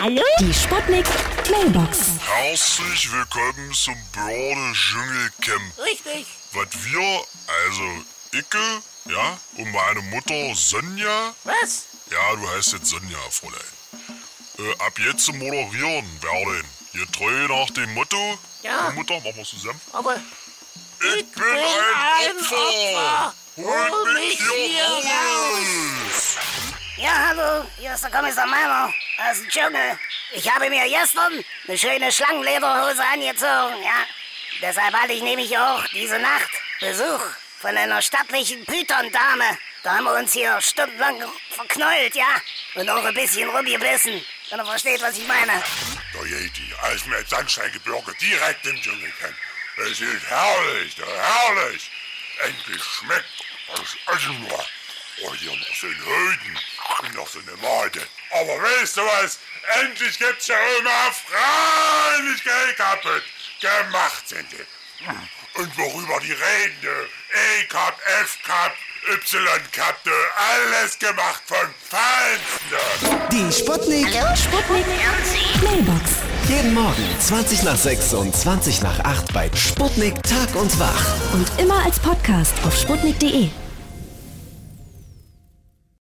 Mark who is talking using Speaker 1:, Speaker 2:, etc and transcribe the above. Speaker 1: Hallo?
Speaker 2: Die Sputnik Mailbox.
Speaker 3: Herzlich willkommen zum Börde Dschungel Camp.
Speaker 4: Richtig.
Speaker 3: Was wir, also Icke, ja, und meine Mutter Sonja,
Speaker 4: Was?
Speaker 3: ja, du heißt jetzt Sonja, Fräulein, äh, ab jetzt moderieren werden. Getreu nach dem Motto,
Speaker 4: Ja.
Speaker 3: Mutter, machen wir zusammen.
Speaker 4: Aber
Speaker 3: Ich bin
Speaker 4: ein
Speaker 3: ein Opfer!
Speaker 4: Opfer.
Speaker 3: Holt mich hier raus!
Speaker 5: Ja, hallo, hier ist der Kommissar Meiner aus dem Dschungel. Ich habe mir gestern eine schöne Schlangenlederhose angezogen, ja. Deshalb hatte ich nämlich auch diese Nacht Besuch von einer stattlichen Python-Dame. Da haben wir uns hier stundenlang verknäult, ja. Und auch ein bisschen rumgebissen, wenn ihr versteht, was ich meine.
Speaker 3: Der Yeti, als mir jetzt Ansteigebirge direkt im Dschungel kennt. Es ist herrlich, ja, herrlich. Endlich schmeckt das Essen nur. Oh, hier noch so ein Höden und noch so eine Made. Aber weißt du was? Endlich gibt's ja immer freilich Geld kaputt. Gemacht sind die. Und worüber die reden, ne? E-Cup, F-Cup, Y-Cup, ne? alles gemacht von Fans, ne?
Speaker 6: Die Sputnik.
Speaker 2: Sputnik Mailbox.
Speaker 6: Jeden Morgen 20 nach 6 und 20 nach 8 bei Sputnik Tag und Wach.
Speaker 2: Und immer als Podcast auf sputnik.de.